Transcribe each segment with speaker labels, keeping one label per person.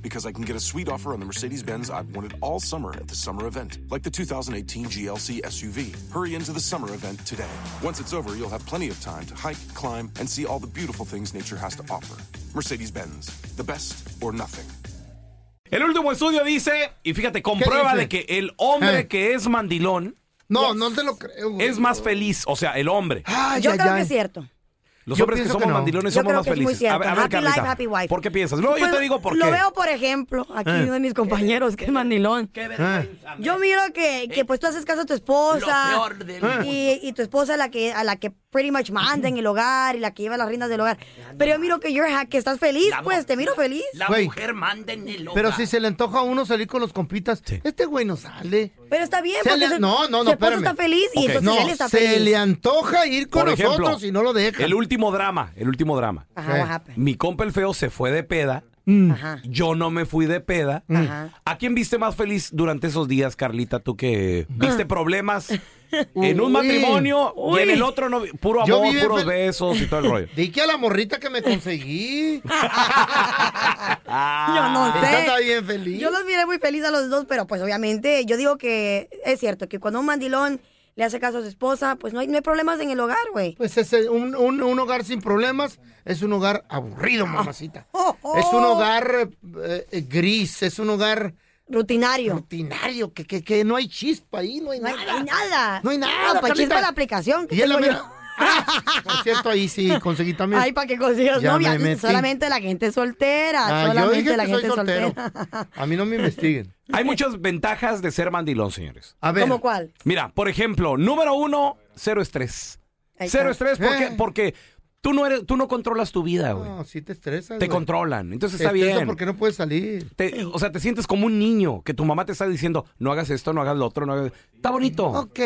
Speaker 1: Because I can get a sweet offer on the Mercedes Benz I've wanted all summer at the summer event, like the 2018 GLC SUV. Hurry into the summer event today. Once it's over, you'll have plenty of time to hike, climb, and see all the beautiful things nature has to offer. Mercedes Benz, the best or nothing.
Speaker 2: El último estudio dice, y fíjate, comprueba de que
Speaker 3: dice?
Speaker 2: el hombre
Speaker 3: Eh.
Speaker 2: que es mandilón
Speaker 3: No, no te lo creo. güey. Ah,
Speaker 2: es más feliz. O sea, el hombre.
Speaker 3: Ay,
Speaker 4: Yo
Speaker 3: ay,
Speaker 4: creo
Speaker 3: ay.
Speaker 4: que es cierto.
Speaker 2: Los
Speaker 3: Yo
Speaker 2: hombres que
Speaker 3: pienso
Speaker 2: somos
Speaker 3: que no.
Speaker 2: mandilones
Speaker 4: Yo
Speaker 2: somos
Speaker 4: creo
Speaker 2: más
Speaker 4: que es muy
Speaker 2: felices. a ver,
Speaker 4: cierto.
Speaker 2: a ver,
Speaker 4: Happy
Speaker 2: Carlita,
Speaker 4: life, happy wife.
Speaker 2: ¿Por qué piensas? Luego yo
Speaker 4: Pues,
Speaker 2: te digo por
Speaker 4: Lo
Speaker 2: qué.
Speaker 4: veo, por ejemplo, aquí uno de mis compañeros, que es mandilón.
Speaker 3: Eh,
Speaker 4: Yo miro que, que pues tú haces caso a tu esposa. y, y tu esposa es la que, a la que pretty much manda en el hogar y la que lleva las riendas del hogar. Pero yo miro que you're hack, que estás feliz, pues, te miro feliz.
Speaker 3: Güey.
Speaker 5: manda en el
Speaker 3: Pero si se le antoja a uno salir con los compitas, este güey no sale.
Speaker 4: Pero está bien,
Speaker 3: Se
Speaker 4: porque
Speaker 3: le-
Speaker 4: su-
Speaker 3: no, no, no,
Speaker 4: su esposo
Speaker 3: espérame.
Speaker 4: está feliz y
Speaker 2: Ok.
Speaker 4: entonces
Speaker 3: No,
Speaker 4: él está
Speaker 3: se
Speaker 4: feliz.
Speaker 3: le antoja ir con
Speaker 2: Por ejemplo,
Speaker 3: nosotros y no lo deja.
Speaker 2: El último drama, el último drama.
Speaker 4: Ajá, what happened?
Speaker 2: Mi compa el feo se fue de peda.
Speaker 3: Mm.
Speaker 4: Ajá.
Speaker 2: Yo no me fui de peda.
Speaker 4: Ajá.
Speaker 2: ¿A quién viste más feliz durante esos días, Carlita? Tú que
Speaker 4: Ah.
Speaker 2: viste problemas en un
Speaker 3: Uy.
Speaker 2: matrimonio y en
Speaker 3: Uy.
Speaker 2: el otro no, puro
Speaker 3: Yo
Speaker 2: amor,
Speaker 3: viví
Speaker 2: puros
Speaker 3: fel-
Speaker 2: besos y todo el rollo.
Speaker 3: Di que a la morrita que me conseguí.
Speaker 4: Yo no
Speaker 3: Esta
Speaker 4: sé.
Speaker 3: está bien feliz.
Speaker 4: Yo los miré muy feliz a los dos, pero pues obviamente yo digo que es cierto que cuando un mandilón le hace caso a su esposa, pues no hay, no hay problemas en el hogar, güey.
Speaker 3: Pues es eh, un, un- un hogar sin problemas, es un hogar aburrido, mamacita.
Speaker 4: Oh, oh.
Speaker 3: Es un hogar eh, eh, gris, es un hogar
Speaker 4: Rutinario.
Speaker 3: rutinario, que, que, que no hay chispa ahí, no hay
Speaker 4: No hay,
Speaker 3: nada.
Speaker 4: hay nada.
Speaker 3: No hay nada,
Speaker 4: Ah, pues
Speaker 3: Carlita.
Speaker 4: chispa la aplicación. que
Speaker 3: Y es la
Speaker 4: tengo yo.
Speaker 3: mera- Ah, por cierto, ahí sí conseguí también.
Speaker 4: Ay, para que consigas
Speaker 3: Ya
Speaker 4: novia.
Speaker 3: me metí.
Speaker 4: Solamente la gente soltera.
Speaker 3: Ah, yo
Speaker 4: solamente
Speaker 3: dije
Speaker 4: la
Speaker 3: que soy
Speaker 4: gente
Speaker 3: soltero.
Speaker 4: soltera.
Speaker 3: A mí no me investiguen.
Speaker 2: Hay muchas ventajas de ser mandilón, señores.
Speaker 3: A ver.
Speaker 4: ¿Cómo cuál?
Speaker 2: Mira, por ejemplo, número uno, cero estrés.
Speaker 4: Ahí
Speaker 2: Cero
Speaker 4: está.
Speaker 2: estrés porque,
Speaker 3: Eh.
Speaker 2: porque tú, no eres, tú no controlas tu vida, güey.
Speaker 3: No, sí te estresas.
Speaker 2: te
Speaker 3: güey.
Speaker 2: controlan. Entonces
Speaker 3: Te
Speaker 2: está
Speaker 3: estresas
Speaker 2: bien.
Speaker 3: porque no puedes salir.
Speaker 2: Te- o sea, te sientes como un niño que tu mamá te está diciendo, no hagas esto, no hagas lo otro, no hagas... Está bonito.
Speaker 3: Ok,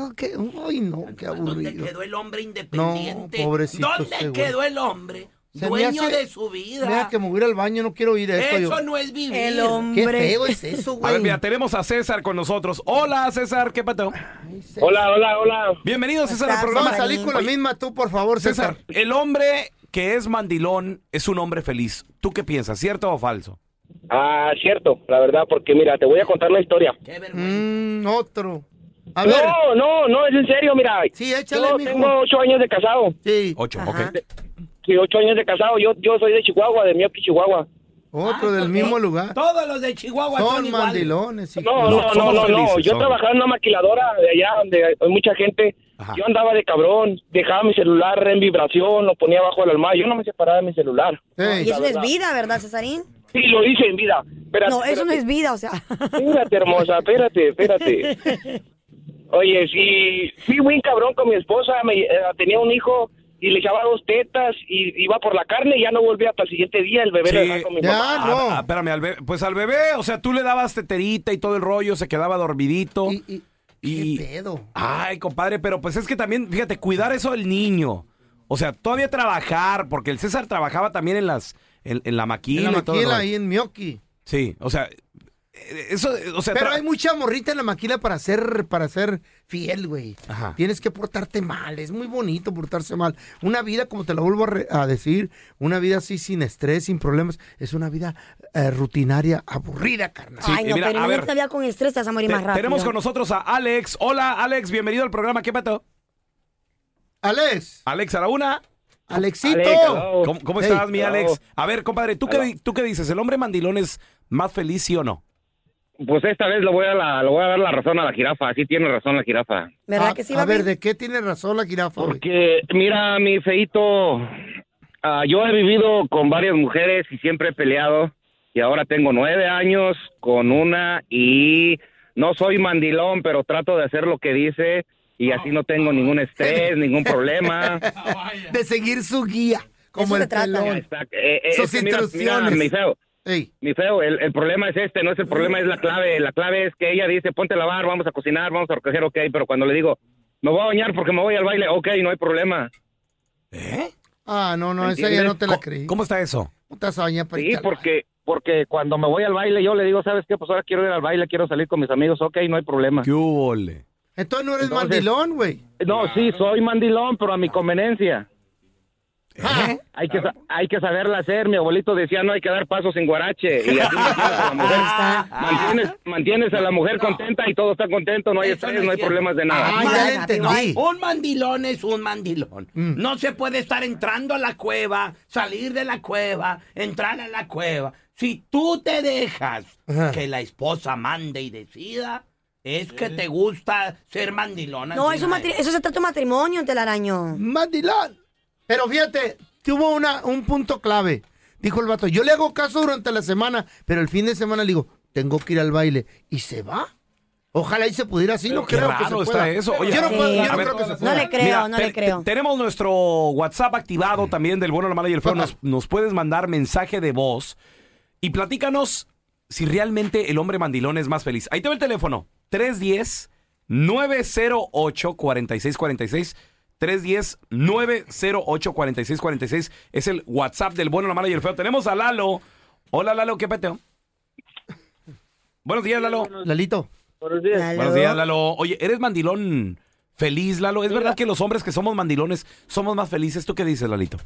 Speaker 3: ok. Ay, no, qué aburrido.
Speaker 5: el hombre
Speaker 3: independiente? pobrecito ¿Dónde este güey. quedó
Speaker 5: el hombre?
Speaker 3: Se me dueño hace- de
Speaker 5: su vida.
Speaker 3: Mira que me voy a ir al baño, no quiero ir a esto. yo.
Speaker 5: no es vivir.
Speaker 4: El
Speaker 3: Qué
Speaker 4: hombre.
Speaker 3: feo es eso,
Speaker 2: A
Speaker 3: güey.
Speaker 2: ver, mira, tenemos a César con nosotros. Hola, César, ¿qué pato?
Speaker 3: este.
Speaker 6: Hola, hola, hola.
Speaker 2: Bienvenido, César, al
Speaker 4: Hola,
Speaker 3: No,
Speaker 2: programa.
Speaker 4: César.
Speaker 3: salí con la misma tú, por favor, César.
Speaker 2: César, el hombre que es mandilón es un hombre feliz. ¿Tú qué piensas, cierto o falso?
Speaker 6: Ah, cierto, la verdad, porque mira, te voy a contar la historia.
Speaker 3: Mm, otro. A ver.
Speaker 6: No, no, no, es en serio, mira.
Speaker 3: Sí, échale,
Speaker 6: Yo
Speaker 3: mijo.
Speaker 6: tengo ocho años de casado.
Speaker 3: Sí,
Speaker 2: Ocho,
Speaker 4: Ajá.
Speaker 2: ok.
Speaker 6: Sí, ocho años de casado. Yo, yo soy de Chihuahua, de Mioqui, Chihuahua.
Speaker 3: otro del mismo lugar.
Speaker 5: Todos los de Chihuahua
Speaker 3: Son mandilones. hijo.
Speaker 6: No,
Speaker 2: No,
Speaker 6: no, no,
Speaker 2: somos
Speaker 6: no, no.
Speaker 2: felices,
Speaker 6: Yo
Speaker 2: somos.
Speaker 6: trabajaba en una maquiladora de allá donde hay mucha gente.
Speaker 2: Ajá.
Speaker 6: Yo andaba de cabrón, dejaba mi celular en vibración, lo ponía bajo el alma. Yo no me separaba de mi celular.
Speaker 3: Ey,
Speaker 4: Y eso es vida, ¿verdad, Cesarín?
Speaker 6: Sí, lo hice en vida. Espérate,
Speaker 4: No, eso no
Speaker 6: espérate.
Speaker 4: es vida, o sea.
Speaker 6: Espérate, hermosa, espérate, espérate. Oye, sí, fui muy cabrón con mi esposa, me, eh, tenía un hijo y le echaba dos tetas y iba por la carne y ya no volví hasta el siguiente día, el bebé lo dejaba con mi mamá.
Speaker 2: Ah, ah, espérame, al bebé- pues al bebé, o sea, tú le dabas teterita y todo el rollo, se quedaba dormidito. Y,
Speaker 3: ¿Qué pedo?
Speaker 2: Ay, compadre, pero pues es que también, fíjate, cuidar eso del niño. O sea, todavía trabajar, porque el César trabajaba también en las, en, en la maquila.
Speaker 3: en la
Speaker 2: y todo el
Speaker 3: maquila,
Speaker 2: rollo.
Speaker 3: ahí en Miyoki.
Speaker 2: Sí, o sea, eh, eso, eh, o sea,
Speaker 3: Pero
Speaker 2: tra-
Speaker 3: hay mucha morrita en la maquila para ser, para ser fiel, güey.
Speaker 2: Ajá.
Speaker 3: Tienes que portarte mal, es muy bonito portarse mal. Una vida, como te lo vuelvo a, re- a decir, una vida así sin estrés, sin problemas, es una vida eh, rutinaria, aburrida, carnal.
Speaker 2: Sí,
Speaker 4: Ay, no,
Speaker 2: mira,
Speaker 4: pero
Speaker 2: a ver.
Speaker 4: imagínate una vida con estrés, te vas a morir
Speaker 2: te-
Speaker 4: más rápido.
Speaker 2: tenemos con nosotros a Alex. Hola, Alex, bienvenido al programa. ¿Qué pato?
Speaker 3: Alex,
Speaker 2: Alex Araúna.
Speaker 3: Alexito.
Speaker 6: Alex, hello.
Speaker 2: ¿Cómo, cómo
Speaker 3: Hey.
Speaker 2: estás, mi Alex?
Speaker 6: Hello.
Speaker 2: A ver, compadre, ¿tú qué,
Speaker 6: Hello.
Speaker 2: di- ¿tú qué dices? ¿El hombre mandilón es más feliz, sí o no?
Speaker 6: Pues esta vez le voy, a la, le voy a dar Ah, la razón a la jirafa, sí tiene razón la jirafa.
Speaker 4: ¿Verdad
Speaker 3: a,
Speaker 4: que sí,
Speaker 3: Ah, a
Speaker 4: baby?
Speaker 3: ver, ¿de qué tiene razón la jirafa? güey?
Speaker 6: Porque, mira, mi feito, ah, yo he vivido con varias mujeres y siempre he peleado. Y ahora tengo nueve años con una y no soy mandilón, pero trato de hacer lo que dice y así no tengo ningún estrés, ningún problema.
Speaker 3: De seguir su guía, como
Speaker 4: Eso se
Speaker 3: el
Speaker 4: trata.
Speaker 3: pelón.
Speaker 6: Está- eh, eh,
Speaker 3: Sus
Speaker 6: es que mira- mira,
Speaker 3: instrucciones.
Speaker 6: mi feo,
Speaker 3: Ey,
Speaker 6: mi feo, el, el problema es este, no es el problema, es la clave. La clave es que ella dice, ponte a lavar, vamos a cocinar, vamos a recoger, ok. Pero cuando le digo, me voy a bañar porque me voy al baile, ok, no hay problema.
Speaker 2: ¿Eh?
Speaker 3: Ah, no, no, esa ya
Speaker 6: ¿Entiendes?
Speaker 3: no te la
Speaker 2: ¿Cómo,
Speaker 3: creí.
Speaker 2: cómo está eso?
Speaker 3: Puta pues, saña,
Speaker 6: Sí,
Speaker 3: perita.
Speaker 6: porque porque cuando me voy al baile yo le digo, ¿sabes qué? Pues ahora quiero ir al baile, quiero salir con mis amigos, ok, no hay problema.
Speaker 2: ¿Qué hubo, le?
Speaker 3: Entonces no eres
Speaker 6: Entonces-
Speaker 3: mandilón, güey.
Speaker 6: No, sí, soy mandilón, pero a mi conveniencia.
Speaker 3: Ah,
Speaker 6: Hay que, sa- hay que saberla hacer. Mi abuelito decía, no hay que dar pasos sin guarache. Y así mantienes a la mujer. Mantienes, mantienes a la mujer contenta y todo está contento, no hay
Speaker 5: Eso no
Speaker 6: estrés,
Speaker 5: es
Speaker 6: no hay
Speaker 5: cierto.
Speaker 6: problemas de nada.
Speaker 3: ah, ya la entendí. Mm.
Speaker 5: Un mandilón es un mandilón. No se puede estar entrando a la cueva, salir de la cueva, entrar a la cueva. Si tú te dejas
Speaker 3: Ajá.
Speaker 5: que la esposa mande y decida, es que te gusta ser mandilona.
Speaker 4: No,
Speaker 5: Tina.
Speaker 4: eso, matri- eso se trata de matrimonio, telaraño.
Speaker 3: Mandilón. Pero fíjate, tuvo una, un punto clave. Dijo el vato, yo le hago caso durante la semana, pero el fin de semana le digo, tengo que ir al baile. ¿Y se va? Ojalá y se pudiera así, no
Speaker 2: Qué
Speaker 3: creo que se
Speaker 2: raro
Speaker 3: pueda.
Speaker 2: está eso. Oye,
Speaker 3: yo no,
Speaker 4: Sí.
Speaker 3: puedo- yo
Speaker 2: a
Speaker 3: no
Speaker 2: ver,
Speaker 3: creo que se pueda.
Speaker 4: No le creo,
Speaker 2: Mira,
Speaker 4: no
Speaker 2: te-
Speaker 4: le creo.
Speaker 2: te- tenemos nuestro WhatsApp activado también del bueno, la mala y el feo. Nos, nos puedes mandar mensaje de voz y platícanos si realmente el hombre mandilón es más feliz. Ahí te va el teléfono. 310-908-4646. 310-908-4646. Es el WhatsApp del bueno, la mala y el feo. Tenemos a Lalo. Hola, Lalo, ¿qué peteo? Buenos días, Lalo.
Speaker 3: Lalito,
Speaker 4: Lalo.
Speaker 2: Buenos días, Lalo. Oye, eres mandilón feliz, Lalo. ¿Es verdad que los hombres que somos mandilones somos más felices? ¿Tú qué dices, Lalito?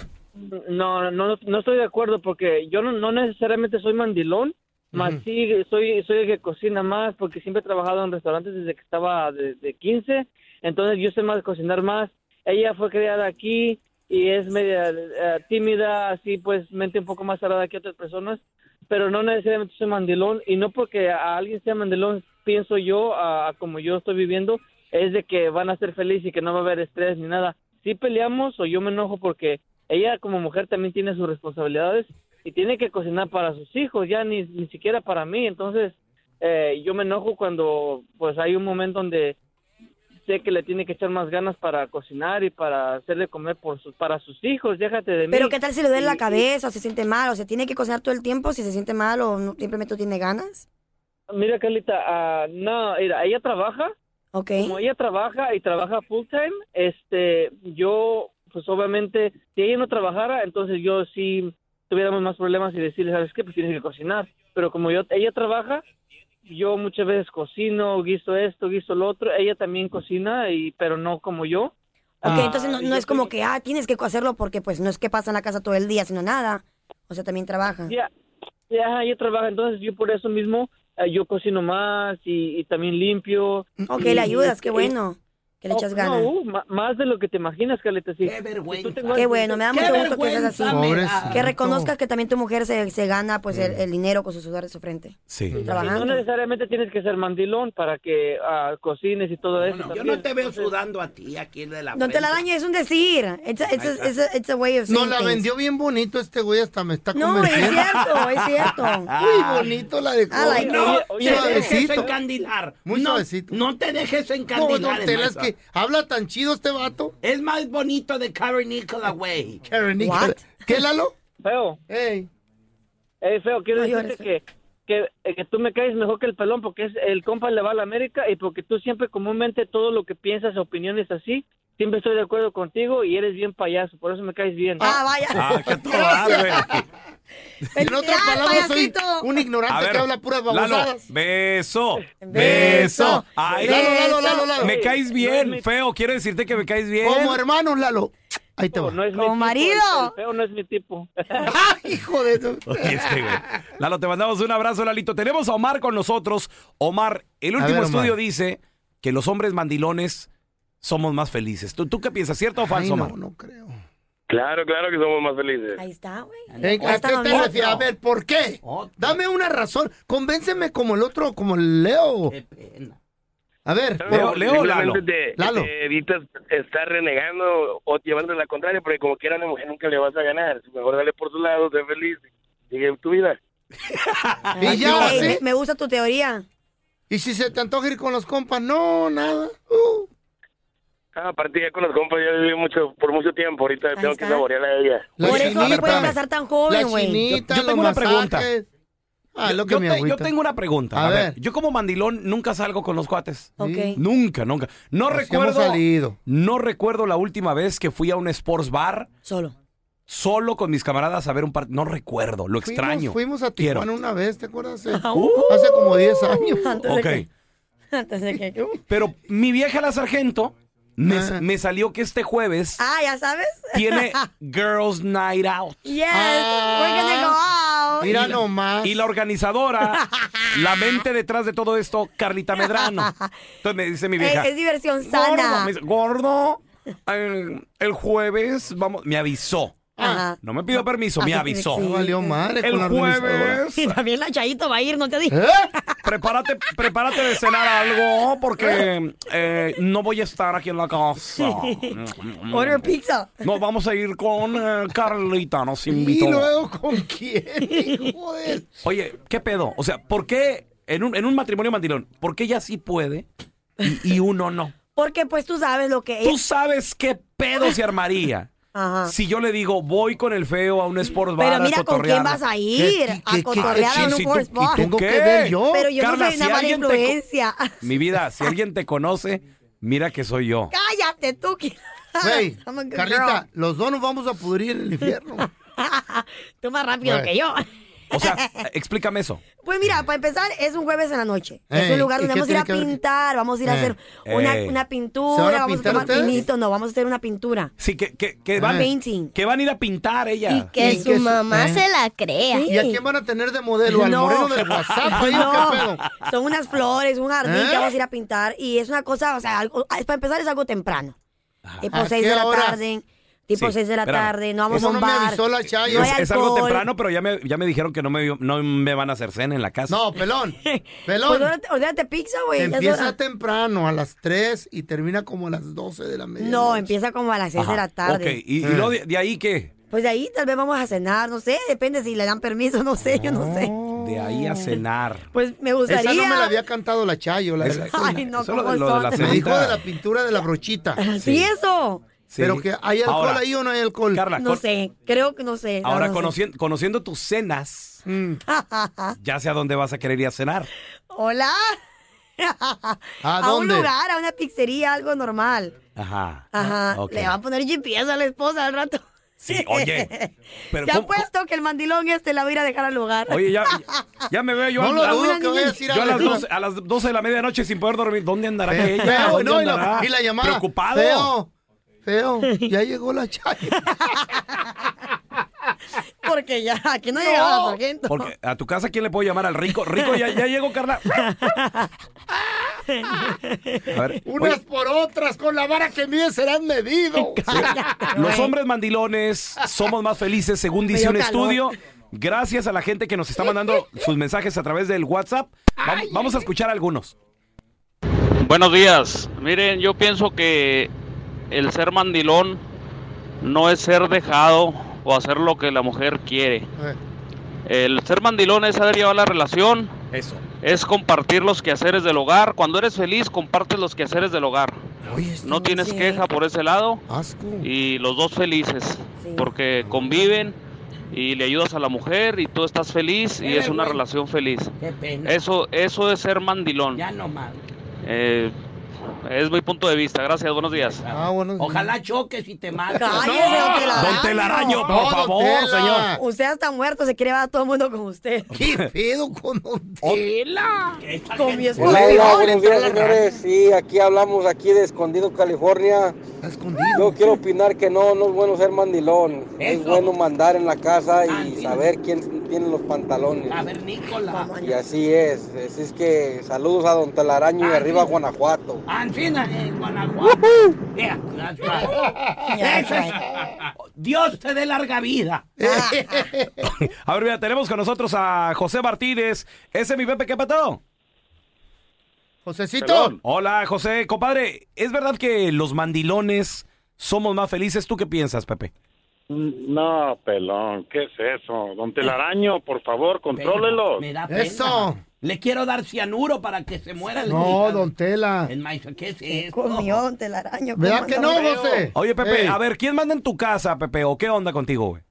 Speaker 7: No, no, no estoy de acuerdo porque yo no, no necesariamente soy mandilón, más sí soy, soy el que cocina más porque siempre he trabajado en restaurantes desde que estaba de, de 15, entonces yo sé más cocinar más. Ella fue criada aquí y es media eh, tímida, así pues mente un poco más cerrada que otras personas, pero no necesariamente soy mandilón y no porque a alguien sea mandilón, pienso yo, a, a como yo estoy viviendo, es de que van a ser felices y que no va a haber estrés ni nada. Si peleamos o yo me enojo porque ella como mujer también tiene sus responsabilidades y tiene que cocinar para sus hijos, ya ni, ni siquiera para mí. Entonces, eh, yo me enojo cuando pues hay un momento donde sé que le tiene que echar más ganas para cocinar y para hacerle comer por sus, para sus hijos, déjate de mí.
Speaker 4: Pero qué tal si le duele la
Speaker 7: Y- y-
Speaker 4: cabeza o se siente mal o se tiene que cocinar todo el tiempo si se siente mal o no- simplemente no tiene ganas.
Speaker 7: Mira, Carlita, ah, no, mira, ella trabaja
Speaker 4: Ok.
Speaker 7: como ella trabaja y trabaja full time, este, yo, pues obviamente, si ella no trabajara, entonces yo sí tuviéramos más problemas y decirle, ¿sabes qué? Pues tienes que cocinar. Pero como yo, ella trabaja, yo muchas veces cocino, guiso esto, guiso lo otro, ella también cocina, y pero no como yo.
Speaker 4: Ok,
Speaker 7: Ah,
Speaker 4: entonces no,
Speaker 7: y
Speaker 4: no
Speaker 7: yo
Speaker 4: es como
Speaker 7: tengo-
Speaker 4: que, ah, tienes que hacerlo porque pues no es que pasa en la casa todo el día, sino nada. O sea, también trabaja.
Speaker 7: Ya, ya, ajá, ella trabaja, entonces yo por eso mismo, eh, yo cocino más y, y también limpio.
Speaker 4: Ok,
Speaker 7: y- este,
Speaker 4: le ayudas,
Speaker 7: y-
Speaker 4: qué
Speaker 7: y-
Speaker 4: bueno. que le
Speaker 7: Oh,
Speaker 4: echas
Speaker 7: no,
Speaker 4: ganas.
Speaker 7: uh, ma- más de lo que te imaginas, Caleta. Sí.
Speaker 5: Qué vergüenza.
Speaker 7: Si tú te-
Speaker 4: Qué bueno, me da
Speaker 5: Qué
Speaker 4: mucho gusto que seas así.
Speaker 5: vergüenza me da.
Speaker 4: Que reconozcas que también tu mujer se, se gana pues el,
Speaker 2: Mm.
Speaker 4: el dinero con su sudor de su frente.
Speaker 2: Sí.
Speaker 7: No
Speaker 4: Trabajando.
Speaker 7: necesariamente tienes que ser mandilón para que ah, cocines y todo eso.
Speaker 5: Yo
Speaker 7: también.
Speaker 5: no te veo sudando a ti aquí de la
Speaker 4: No te la
Speaker 5: frente.
Speaker 4: daño, es un decir. It's a, it's a- it's a- it's a way of
Speaker 3: No,
Speaker 4: saying
Speaker 3: la
Speaker 4: things.
Speaker 3: vendió bien bonito este güey, hasta me está
Speaker 4: No, es
Speaker 3: convenciendo.
Speaker 4: cierto, es cierto.
Speaker 3: Muy bonito la dejó.
Speaker 4: Ah, like-
Speaker 5: No
Speaker 7: Oye, oye,
Speaker 5: te dejes
Speaker 3: suavecito.
Speaker 5: encandilar.
Speaker 3: Muy
Speaker 5: no,
Speaker 3: suavecito.
Speaker 5: No te dejes
Speaker 3: No,
Speaker 5: encandilar.
Speaker 3: don Tela, es
Speaker 5: maestro.
Speaker 3: que habla tan chido este vato.
Speaker 5: Es más bonito de Cavernícola, güey.
Speaker 3: Karen, y-
Speaker 4: What?
Speaker 3: ¿Qué, Lalo?
Speaker 7: Feo,
Speaker 3: Ey.
Speaker 7: eh, feo, quiero
Speaker 4: No
Speaker 7: decirte
Speaker 4: llores,
Speaker 7: que, que, eh, que tú me caes mejor que el pelón porque es el compa le va a la América y porque tú siempre comúnmente todo lo que piensas, opiniones así, siempre estoy de acuerdo contigo y eres bien payaso, por eso me caes bien.
Speaker 4: Ah, vaya.
Speaker 2: Ah, qué tobal, güey.
Speaker 3: En otras
Speaker 4: Felicidades,
Speaker 3: palabras, soy
Speaker 4: payasito.
Speaker 3: un
Speaker 2: A
Speaker 3: ignorante
Speaker 2: ver,
Speaker 3: que habla puras
Speaker 2: Lalo,
Speaker 3: babosadas.
Speaker 2: beso,
Speaker 4: Beso,
Speaker 2: beso. Ay,
Speaker 4: beso.
Speaker 2: Lalo, Lalo, Lalo, Lalo.
Speaker 7: Ey,
Speaker 2: Me caes
Speaker 7: no
Speaker 2: bien,
Speaker 7: es mi-
Speaker 2: feo. Quiero decirte que me caes bien.
Speaker 3: Como hermanos, Lalo. Ahí te va.
Speaker 7: No es mi
Speaker 4: Em. Como
Speaker 7: tipo,
Speaker 4: marido.
Speaker 7: el- el feo no es mi tipo.
Speaker 3: ¡Ah, hijo de eso!
Speaker 2: Oye, este, güey. Lalo, te mandamos un abrazo, Lalito. Tenemos a Omar con nosotros. Omar, el último
Speaker 3: ver, Omar.
Speaker 2: estudio dice que los hombres mandilones somos más felices. ¿Tú, tú qué piensas, cierto o
Speaker 3: Ay,
Speaker 2: falso, Omar?
Speaker 3: no, no creo.
Speaker 6: Claro, claro que somos más felices.
Speaker 4: Ahí está, güey.
Speaker 3: Eh,
Speaker 4: Ahí
Speaker 3: ¿A
Speaker 4: está
Speaker 3: qué
Speaker 4: lo
Speaker 3: te
Speaker 4: mío.
Speaker 3: refieres? A ver, ¿por qué?
Speaker 5: Otro.
Speaker 3: Dame una razón. Convénceme como el otro, como el Leo.
Speaker 5: Qué pena.
Speaker 3: A ver,
Speaker 2: Leo, Leo o Lalo.
Speaker 6: Simplemente Te,
Speaker 3: Lalo.
Speaker 6: te evitas estar renegando o llevando la contraria, porque como quiera una mujer nunca le vas a ganar. Mejor dale por su lado, sé feliz, sigue tu vida.
Speaker 3: y ya,
Speaker 4: Ey, me,
Speaker 3: ¿sí?
Speaker 4: me gusta tu teoría.
Speaker 3: Y si se te antoja ir con los compas, no, nada. Uh.
Speaker 6: Ah, aparte ya con los compas ya viví mucho, por mucho tiempo, ahorita
Speaker 4: Ahí
Speaker 6: tengo
Speaker 4: está.
Speaker 6: que saborearla a ella.
Speaker 3: La
Speaker 4: Por
Speaker 2: chinita,
Speaker 4: eso
Speaker 2: a
Speaker 4: no
Speaker 2: ver,
Speaker 4: puedes
Speaker 2: espérame.
Speaker 4: casar tan
Speaker 3: La
Speaker 4: joven, güey.
Speaker 3: chinita,
Speaker 2: Yo- yo tengo
Speaker 3: los
Speaker 2: una pregunta.
Speaker 3: masajes. Ah,
Speaker 2: yo,
Speaker 3: lo que
Speaker 2: yo
Speaker 3: mi
Speaker 2: te- yo
Speaker 3: agüita.
Speaker 2: tengo una pregunta.
Speaker 3: A
Speaker 2: A, ver.
Speaker 3: ver.
Speaker 2: yo como mandilón nunca salgo con los cuates.
Speaker 4: Ok.
Speaker 2: Nunca, nunca. No
Speaker 3: Así
Speaker 2: recuerdo.
Speaker 3: hemos salido.
Speaker 2: No recuerdo la última vez que fui a un sports bar
Speaker 4: Solo.
Speaker 2: solo con mis camaradas a ver un partido. No recuerdo, lo
Speaker 3: Fuimos-
Speaker 2: extraño.
Speaker 3: Fuimos, a
Speaker 2: Quiero.
Speaker 3: Tijuana una vez, ¿te acuerdas? Hace,
Speaker 4: Uh.
Speaker 3: hace como 10 años.
Speaker 4: Antes de
Speaker 2: Ok.
Speaker 4: que- antes de que-
Speaker 2: Pero mi vieja la sargento me,
Speaker 3: Ah.
Speaker 2: me salió que este jueves
Speaker 4: Ah, ¿ya sabes?
Speaker 2: tiene Girls Night Out.
Speaker 4: Yes,
Speaker 3: Ah.
Speaker 4: we're gonna go out.
Speaker 3: Mira nomás.
Speaker 2: Y la organizadora, la mente detrás de todo esto, Carlita Medrano. Entonces me dice mi
Speaker 4: Eh,
Speaker 2: vieja.
Speaker 4: es diversión
Speaker 2: Gordo,
Speaker 4: sana.
Speaker 2: me dice, "Gordo, el, el jueves vamos. Me avisó. Ah,
Speaker 4: Ajá.
Speaker 2: No me pidió permiso, me
Speaker 4: Así
Speaker 2: avisó.
Speaker 3: No
Speaker 4: sí.
Speaker 3: valió madre con la
Speaker 2: El
Speaker 3: organizadora.
Speaker 2: jueves,
Speaker 4: Y también la Chayito va a ir, no te
Speaker 3: ¿Eh?
Speaker 4: dije.
Speaker 2: ¿Eh? prepárate, prepárate de cenar algo porque eh, no voy a estar aquí en la casa.
Speaker 4: Order pizza.
Speaker 2: Nos vamos a ir con eh, Carlita, nos
Speaker 3: ¿Y
Speaker 2: invitó.
Speaker 3: luego con quién? hijo de-
Speaker 2: Oye, ¿qué pedo? O sea, ¿por qué en un, en un matrimonio mandilón, por qué ella sí puede y, y uno no?
Speaker 4: Porque pues tú sabes lo que
Speaker 2: Tú
Speaker 4: es.
Speaker 2: sabes qué pedo se armaría
Speaker 4: Ajá.
Speaker 2: si yo le digo voy con el feo a un sports bar
Speaker 4: Pero
Speaker 2: a
Speaker 4: mira con quién
Speaker 2: cotorrear.
Speaker 4: vas a
Speaker 3: ¿Qué-
Speaker 4: ir.
Speaker 3: qué-
Speaker 4: a
Speaker 3: qué-
Speaker 4: cotorrear
Speaker 3: qué-
Speaker 4: a un
Speaker 3: si tú-
Speaker 4: sports bar.
Speaker 3: ¿Y tengo
Speaker 2: ¿Qué?
Speaker 3: que ver yo?
Speaker 4: Pero yo
Speaker 2: Carla,
Speaker 4: no soy
Speaker 2: si
Speaker 4: una mala
Speaker 2: alguien te co-
Speaker 4: influencia.
Speaker 2: Mi vida, si alguien te conoce, mira que soy yo.
Speaker 4: Cállate tú. que-
Speaker 3: Güey,
Speaker 4: I'm a good
Speaker 3: Carlita, los dos nos vamos a pudrir en el infierno.
Speaker 4: girl. tú más rápido
Speaker 3: Güey.
Speaker 4: que yo.
Speaker 2: O sea, explícame eso.
Speaker 4: Pues mira, para empezar, es un jueves en la noche. es
Speaker 3: Ey,
Speaker 4: un lugar
Speaker 3: ¿y
Speaker 4: donde
Speaker 3: qué
Speaker 4: vamos a ir a
Speaker 3: tiene que ver que-
Speaker 4: pintar, vamos a ir a
Speaker 3: Ey,
Speaker 4: hacer una,
Speaker 2: ey.
Speaker 4: una
Speaker 3: ¿Se van
Speaker 4: pintura,
Speaker 3: a
Speaker 4: vamos a
Speaker 3: pintar
Speaker 4: tomar
Speaker 3: ustedes?
Speaker 4: pinito, no, vamos a hacer una pintura.
Speaker 2: Sí, que, que, que van,
Speaker 4: Painting.
Speaker 2: que van a ir a pintar ella.
Speaker 3: Ah. que su mamá se
Speaker 8: la crea.
Speaker 3: ¿Y a quién van a tener de modelo? ¿Al
Speaker 4: No.
Speaker 3: moreno del WhatsApp? Oye,
Speaker 4: No,
Speaker 3: ¿Qué pedo?
Speaker 4: son unas flores, un jardín
Speaker 3: ¿Eh?
Speaker 4: que vamos a ir a pintar y es una cosa, o sea, algo- ah, para empezar es algo temprano. Tipo
Speaker 3: Ah, ¿A
Speaker 4: 6 de
Speaker 3: qué
Speaker 4: la
Speaker 3: horas?
Speaker 4: tarde, tipo
Speaker 2: Sí,
Speaker 4: 6 de la
Speaker 2: espérame.
Speaker 4: tarde, no vamos
Speaker 3: Eso
Speaker 4: a un
Speaker 3: no me
Speaker 4: bar.
Speaker 3: avisó la Chayo.
Speaker 4: no
Speaker 2: es,
Speaker 4: hay
Speaker 2: es algo
Speaker 4: alcohol.
Speaker 2: temprano, pero ya me, ya me dijeron que no me, no me van a hacer cena en la casa.
Speaker 3: No, pelón.
Speaker 4: Pues
Speaker 3: Pelón.
Speaker 4: ordénate- ordénate pizza, güey. ya ah, es hora.
Speaker 3: Empieza temprano, a las 3 y termina como a las 12 de la medianoche. Eh.
Speaker 4: No, empieza como a las 6 de
Speaker 2: Ajá,
Speaker 4: la tarde.
Speaker 2: Ok, y, y luego de, de ahí qué?
Speaker 4: Pues de ahí tal vez vamos a cenar, no sé, depende si le dan permiso, no sé, yo no sé.
Speaker 2: De ahí a cenar.
Speaker 4: Pues me
Speaker 3: Esa
Speaker 4: gustaría.
Speaker 3: no me la había cantado la Chayo. La de la
Speaker 2: Esa-
Speaker 3: cena.
Speaker 4: Ay, no,
Speaker 2: Eso lo de-
Speaker 4: ¿cómo
Speaker 2: lo de la
Speaker 4: son? Ah,
Speaker 2: cena.
Speaker 3: Me dijo de la pintura de la brochita.
Speaker 4: Sí, eso.
Speaker 2: Sí.
Speaker 3: Pero que hay alcohol
Speaker 2: Ahora,
Speaker 3: ahí o no hay alcohol.
Speaker 2: Carla,
Speaker 4: No
Speaker 2: con-
Speaker 4: sé, creo que no sé. la
Speaker 2: ahora
Speaker 4: verdad no sé.
Speaker 2: conocien- conociendo tus cenas,
Speaker 3: Mm.
Speaker 2: ya sé a dónde vas a querer ir a cenar.
Speaker 4: Hola.
Speaker 3: ¿A
Speaker 4: un
Speaker 3: dónde?
Speaker 4: lugar, a una pizzería, algo normal.
Speaker 2: Ajá. Ah,
Speaker 4: Ajá.
Speaker 2: Ok.
Speaker 4: Le va a poner GPS a la esposa al rato.
Speaker 2: Sí, oye. Pero
Speaker 4: Te
Speaker 2: ¿cómo-
Speaker 4: apuesto que el mandilón este la va a ir a dejar al lugar.
Speaker 2: Oye, ya, ya me veo yo,
Speaker 3: No
Speaker 2: a-
Speaker 3: lo
Speaker 2: a,
Speaker 3: dudo que
Speaker 4: niña-
Speaker 3: vayas a ir a
Speaker 2: yo a, las
Speaker 3: ver-
Speaker 2: 12, a las 12 de la medianoche sin poder dormir. ¿Dónde andará
Speaker 3: Feo,
Speaker 2: ella?
Speaker 3: feo,
Speaker 2: ¿Dónde
Speaker 3: no, y, la,
Speaker 2: andará?
Speaker 3: y la llamada.
Speaker 2: Preocupado.
Speaker 3: Feo, feo, ya llegó la Chayo.
Speaker 4: Porque ya, aquí no, llegaba la sargento.
Speaker 2: Porque a tu casa, ¿quién le puedo llamar al rico? Rico, ya, ya llegó, Carla. A ver,
Speaker 3: Unas
Speaker 2: oye,
Speaker 3: por otras, con la vara que mide serán medidos.
Speaker 2: los hombres mandilones somos más felices según dice
Speaker 3: dio
Speaker 2: un
Speaker 3: calor.
Speaker 2: estudio. Gracias a la gente que nos está mandando sus mensajes a través del WhatsApp. Va- vamos a escuchar algunos.
Speaker 8: Buenos días. Miren, yo pienso que el ser mandilón no es ser dejado o hacer lo que la mujer quiere. El ser mandilón es saber llevar la relación.
Speaker 2: Eso.
Speaker 8: Es compartir los quehaceres del hogar. Cuando eres feliz, compartes los quehaceres del hogar. no tienes queja por ese lado. Y los dos felices. Porque conviven y le ayudas a la mujer y tú estás feliz y
Speaker 5: Qué
Speaker 8: es una
Speaker 5: vergüenza.
Speaker 8: relación feliz.
Speaker 5: Qué pena.
Speaker 8: Eso, eso es ser mandilón.
Speaker 5: Ya no más.
Speaker 8: Eh, es mi punto de vista. Gracias, buenos días.
Speaker 3: Ah,
Speaker 5: Ojalá choques y te mates.
Speaker 4: Cállese,
Speaker 8: Don
Speaker 4: don Telaraño.
Speaker 8: Telaraño, por No, don favor, Tela. señor.
Speaker 4: Usted está muerto, se quiere llevar a todo el mundo con usted.
Speaker 3: ¿Qué pedo con
Speaker 4: Tela? Con mi esposo.
Speaker 9: Hola, hola, buenos días, señores. Sí, aquí hablamos aquí de Escondido, California. Yo quiero opinar que no, no es bueno ser mandilón. Es
Speaker 5: Eso.
Speaker 9: bueno mandar en la casa y saber quién tiene los pantalones.
Speaker 5: Cavernícola.
Speaker 9: Y así es. Así es que saludos a Don Telaraño y arriba a Guanajuato.
Speaker 5: Ancina en Guanajuato. Yeah, that's right.
Speaker 9: Yeah,
Speaker 5: Eso
Speaker 3: pues.
Speaker 5: es- Dios te dé larga vida.
Speaker 2: A ver, mira, tenemos con nosotros a José Martínez. Ese es mi Pepe, ¿qué patado?
Speaker 3: Josecito.
Speaker 2: Hola, José. Compadre, ¿es verdad que los mandilones somos más felices? ¿Tú qué piensas, Pepe?
Speaker 10: Mm, No, pelón, ¿qué es eso? Don Telaraño, por favor, contrólelos.
Speaker 5: Me da pena. Le quiero dar cianuro para que se muera el
Speaker 3: No,
Speaker 5: hígado.
Speaker 3: don Tela.
Speaker 5: El maíz, ¿qué es eso?
Speaker 4: Comió don Telaraño. ¿cómo anda bravo?
Speaker 2: Oye, Pepe,
Speaker 10: Ey.
Speaker 2: a ver, ¿quién manda en tu casa, Pepe? ¿O qué onda contigo, güey?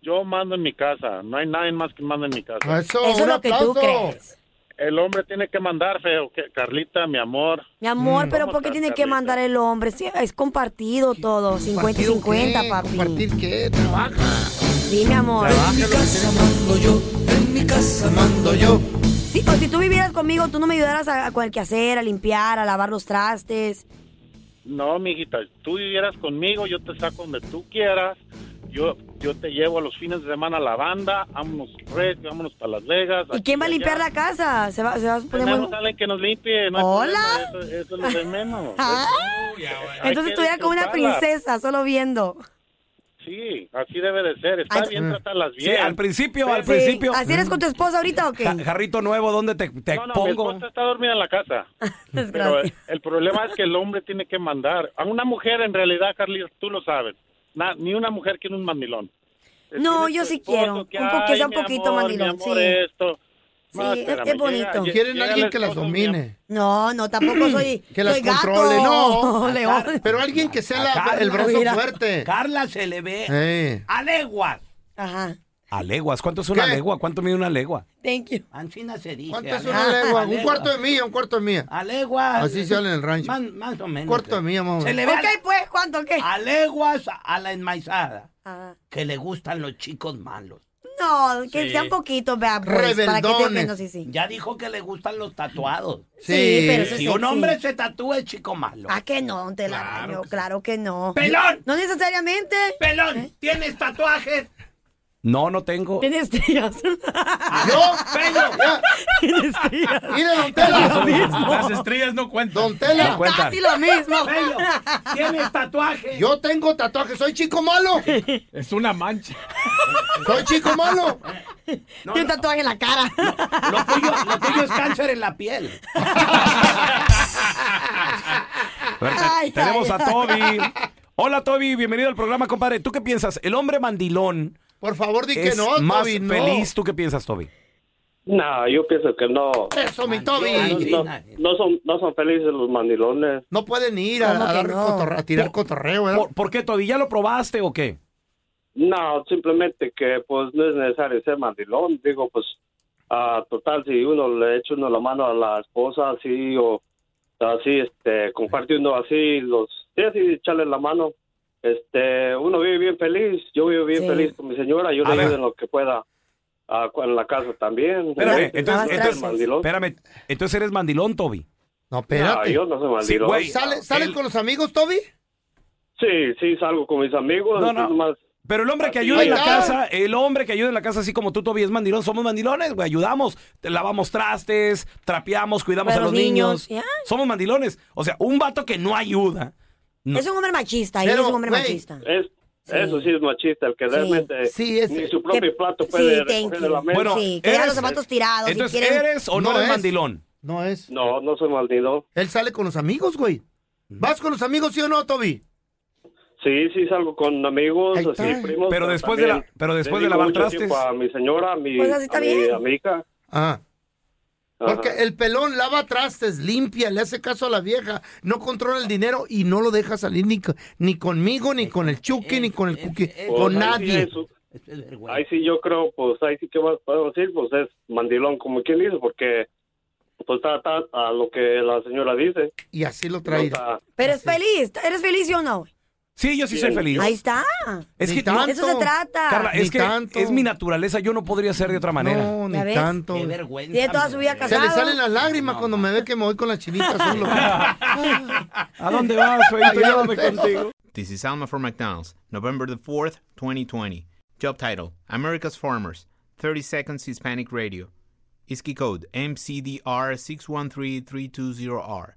Speaker 10: Yo mando en mi casa, no hay nadie más que manda en mi casa.
Speaker 2: Eso, Eso es un lo que tú aplauso. crees.
Speaker 10: El hombre tiene que mandar, feo. que- Carlita, mi amor. Mm,
Speaker 4: Mi amor, pero
Speaker 10: ¿Cómo
Speaker 4: ¿por qué
Speaker 10: estás,
Speaker 4: tiene que
Speaker 10: Carlita?
Speaker 4: mandar el hombre? Sí, es compartido todo, 50 y 50, papi. ¿Compartir
Speaker 3: qué? ¿Trabaja?
Speaker 4: Sí, mi amor. En mi casa mando yo, en mi casa mando yo. Sí, o si tú vivieras conmigo, tú no me ayudaras a, a con el quehacer, a limpiar, a lavar los trastes.
Speaker 10: No, mijita, tú vivieras conmigo, yo te saco donde tú quieras. Yo, yo te llevo a los fines de semana a la banda, vámonos red, vámonos para Las Vegas.
Speaker 4: ¿Y quién va a limpiar la casa? Se va, se va a poner muy...
Speaker 10: Tenemos a alguien que nos limpie. no hay
Speaker 4: Hola.
Speaker 10: problema, Eso, eso es lo de menos.
Speaker 4: Ah.
Speaker 10: Hay que
Speaker 4: Entonces estuviera con una
Speaker 10: disfrutarla.
Speaker 4: princesa, solo viendo.
Speaker 10: Sí, así debe de ser. Está bien tratarlas
Speaker 2: Sí,
Speaker 10: bien.
Speaker 2: al principio, al
Speaker 10: Sí.
Speaker 2: principio.
Speaker 4: mm.
Speaker 2: Mm.
Speaker 4: ¿Así eres con tu esposa ahorita o qué?
Speaker 2: Ja- jarrito nuevo, ¿dónde te, te
Speaker 10: No, no, mi
Speaker 2: pongo?
Speaker 10: esposa está dormida en la casa. Pero el, el problema es que el hombre tiene que mandar. A una mujer, en realidad, Carly, tú lo sabes. na- ni una mujer quiere un mandilón.
Speaker 4: No, yo sí quiero. Un
Speaker 10: que,
Speaker 4: po- que sea un
Speaker 10: "Ay, mi
Speaker 4: poquito
Speaker 10: amor,
Speaker 4: mandilón,
Speaker 10: mi amor,
Speaker 4: sí.
Speaker 10: esto". No,
Speaker 4: Sí, es
Speaker 10: espérame,
Speaker 4: que es bonito.
Speaker 10: llega-
Speaker 3: Quieren
Speaker 10: llega
Speaker 3: alguien
Speaker 10: el
Speaker 3: que las
Speaker 10: esposo,
Speaker 3: domine.
Speaker 4: No, no, tampoco soy.
Speaker 3: Que las
Speaker 4: soy gato.
Speaker 3: controle, no.
Speaker 4: León.
Speaker 3: Pero alguien que sea la-
Speaker 5: Carla,
Speaker 3: el brazo
Speaker 5: mira,
Speaker 3: fuerte.
Speaker 5: Carla se le ve
Speaker 2: Eh.
Speaker 5: a leguas.
Speaker 4: Ajá.
Speaker 2: A leguas. ¿Cuánto es una legua? ¿Cuánto mide una legua?
Speaker 4: Thank you.
Speaker 5: Ancina se dice.
Speaker 3: ¿Cuánto
Speaker 5: a
Speaker 3: es una legua? Un
Speaker 5: legua.
Speaker 3: cuarto de milla, un cuarto de milla.
Speaker 5: A legua.
Speaker 3: Así se habla en el rancho.
Speaker 5: Más, más o menos.
Speaker 3: Cuarto de milla, más o
Speaker 5: Se le
Speaker 3: menos.
Speaker 5: ve
Speaker 4: Ok, pues, ¿cuánto qué?
Speaker 5: A leguas a la enmaizada.
Speaker 4: Ajá.
Speaker 5: Que le gustan los chicos malos.
Speaker 4: No, que
Speaker 5: Ah. Sí.
Speaker 4: sean poquito, vea, pues, para que te ofendo, sí, sí.
Speaker 5: Ya dijo que le gustan los tatuados.
Speaker 4: Sí, pero eso
Speaker 5: Si
Speaker 4: es
Speaker 5: un
Speaker 4: sexy.
Speaker 5: hombre se tatúa es chico malo.
Speaker 4: Ah, que no, un telaraño, claro, que no.
Speaker 5: ¡Pelón!
Speaker 4: No necesariamente. ¿Eh?
Speaker 5: ¡Pelón! ¿Tienes tatuajes?
Speaker 2: No, no tengo.
Speaker 4: Tienes tías.
Speaker 3: ¿Yo?
Speaker 4: Tienes tías.
Speaker 3: Mire, don
Speaker 5: Lo
Speaker 3: Tela.
Speaker 5: mismo.
Speaker 11: Las estrellas no cuentan.
Speaker 3: Don Tela.
Speaker 11: No cuentan. Casi
Speaker 4: lo mismo.
Speaker 5: Bello, tienes tatuaje.
Speaker 3: Yo tengo tatuaje. Soy chico malo.
Speaker 11: Es una mancha.
Speaker 3: Soy chico malo.
Speaker 4: Tiene un tatuaje en la cara.
Speaker 5: Lo tuyo, lo tuyo es cáncer en la piel.
Speaker 2: A ver, te-
Speaker 5: Ay,
Speaker 2: tenemos
Speaker 5: ay,
Speaker 2: a
Speaker 5: ay.
Speaker 2: Toby. Hola, Toby. Bienvenido al programa, compadre. ¿Tú qué piensas? ¿El hombre mandilón
Speaker 3: Por favor, di que
Speaker 2: es
Speaker 3: no,
Speaker 2: más
Speaker 3: Toby, no.
Speaker 2: feliz? ¿Tú qué piensas, Toby?
Speaker 12: No, yo pienso que no.
Speaker 3: Eso, mi Toby.
Speaker 12: No, no- no son, no son felices los mandilones.
Speaker 3: No pueden ir a,
Speaker 12: ¿Cómo
Speaker 3: a
Speaker 12: que
Speaker 3: dar
Speaker 12: no?
Speaker 3: cotorra- a tirar cotorreo, ¿verdad?
Speaker 2: ¿Por qué, Toby? ¿Ya lo probaste o qué?
Speaker 12: No, simplemente que pues no es necesario ser mandilón. Digo, pues, ah, total, si uno le echa uno la mano a la esposa así o así, este, comparte uno así los... Sí, así, echarle la mano. Este, uno vive bien feliz. Yo vivo bien
Speaker 2: Sí.
Speaker 12: feliz con mi señora. Yo
Speaker 2: A
Speaker 12: le ayudo
Speaker 2: ver.
Speaker 12: en lo que pueda. ah, en la casa también.
Speaker 2: Espérame,
Speaker 12: Este,
Speaker 2: entonces,
Speaker 12: ser
Speaker 2: entonces-
Speaker 12: mandilón.
Speaker 2: espérame, entonces eres mandilón, Toby.
Speaker 3: No,
Speaker 12: espérate. No, yo no soy mandilón.
Speaker 2: güey,
Speaker 3: ¿Sale- ¿Salen
Speaker 2: el-
Speaker 3: con los amigos, Toby?
Speaker 12: Sí, sí, salgo con mis amigos.
Speaker 2: No,
Speaker 12: No,
Speaker 2: no.
Speaker 12: Más,
Speaker 2: Pero el hombre que
Speaker 3: Así
Speaker 2: ayuda en la
Speaker 3: es.
Speaker 2: casa, el hombre que ayuda en la casa, así como tú, Toby, es mandilón. Somos mandilones, güey. Ayudamos, te lavamos trastes, trapeamos, cuidamos
Speaker 4: A
Speaker 2: a
Speaker 4: los
Speaker 2: los niños.
Speaker 4: niños, ya.
Speaker 2: Somos mandilones. O sea, un vato que no ayuda. no.
Speaker 4: Es un hombre machista, él
Speaker 12: Pero,
Speaker 4: es un hombre
Speaker 12: güey,
Speaker 4: machista.
Speaker 12: Es, Eso sí es machista, el que realmente
Speaker 4: Sí, es-
Speaker 12: ni su propio
Speaker 4: que-
Speaker 12: plato
Speaker 4: sí,
Speaker 12: puede
Speaker 4: thank
Speaker 12: recoger de
Speaker 4: you.
Speaker 12: la mesa.
Speaker 2: Bueno, eh,
Speaker 4: sí, que deja los zapatos tirados. si
Speaker 2: Entonces,
Speaker 4: quieren-
Speaker 2: ¿eres o no,
Speaker 3: No
Speaker 2: eres
Speaker 3: es.
Speaker 2: mandilón?
Speaker 3: No es.
Speaker 12: No, no soy maldito.
Speaker 3: Él sale con los amigos, güey. ¿Vas con los amigos, sí o no, Toby?
Speaker 12: Sí, sí salgo con amigos, así, primos. pues,
Speaker 2: Pero después de la-
Speaker 12: también
Speaker 2: pero después de
Speaker 12: dedico
Speaker 2: lavar
Speaker 12: mucho
Speaker 2: trastes.
Speaker 12: tiempo A mi señora, a mi,
Speaker 3: Pues así está
Speaker 12: a mi
Speaker 3: bien.
Speaker 12: amiga.
Speaker 3: Ah.
Speaker 12: Ajá.
Speaker 3: Porque el pelón lava trastes, limpia, le hace caso a la vieja, no controla el dinero y no lo deja salir ni, co- ni conmigo, ni con el Chucky, ni con el Cookie,
Speaker 2: Eh,
Speaker 12: Pues,
Speaker 3: con
Speaker 12: ahí sí
Speaker 3: nadie.
Speaker 12: es un- Ahí sí yo creo, pues ahí sí que más puedo decir, pues es mandilón, como quien dice, porque pues está, está a lo que la señora dice.
Speaker 3: Y así lo
Speaker 12: trae. No,
Speaker 4: Pero es feliz, ¿eres feliz sí o no?
Speaker 2: Sí, yo sí soy feliz.
Speaker 4: Ahí está.
Speaker 2: Es que
Speaker 4: de eso se trata.
Speaker 2: Carla, es que es mi naturaleza. Yo no podría ser de otra manera.
Speaker 3: No, ni
Speaker 4: ¿Ya ves?
Speaker 3: tanto.
Speaker 4: Qué vergüenza, Tiene toda su vida
Speaker 3: Se le
Speaker 4: casado.
Speaker 3: salen las lágrimas cuando me ve que me voy con la chinita solo.
Speaker 2: ¿A dónde vas, feito? Llévame contigo.
Speaker 13: This is Alma from McDonald's, November the 4th, 2020. Job title America's Farmers, 30 Seconds Hispanic Radio. ISKI code MCDR613320R.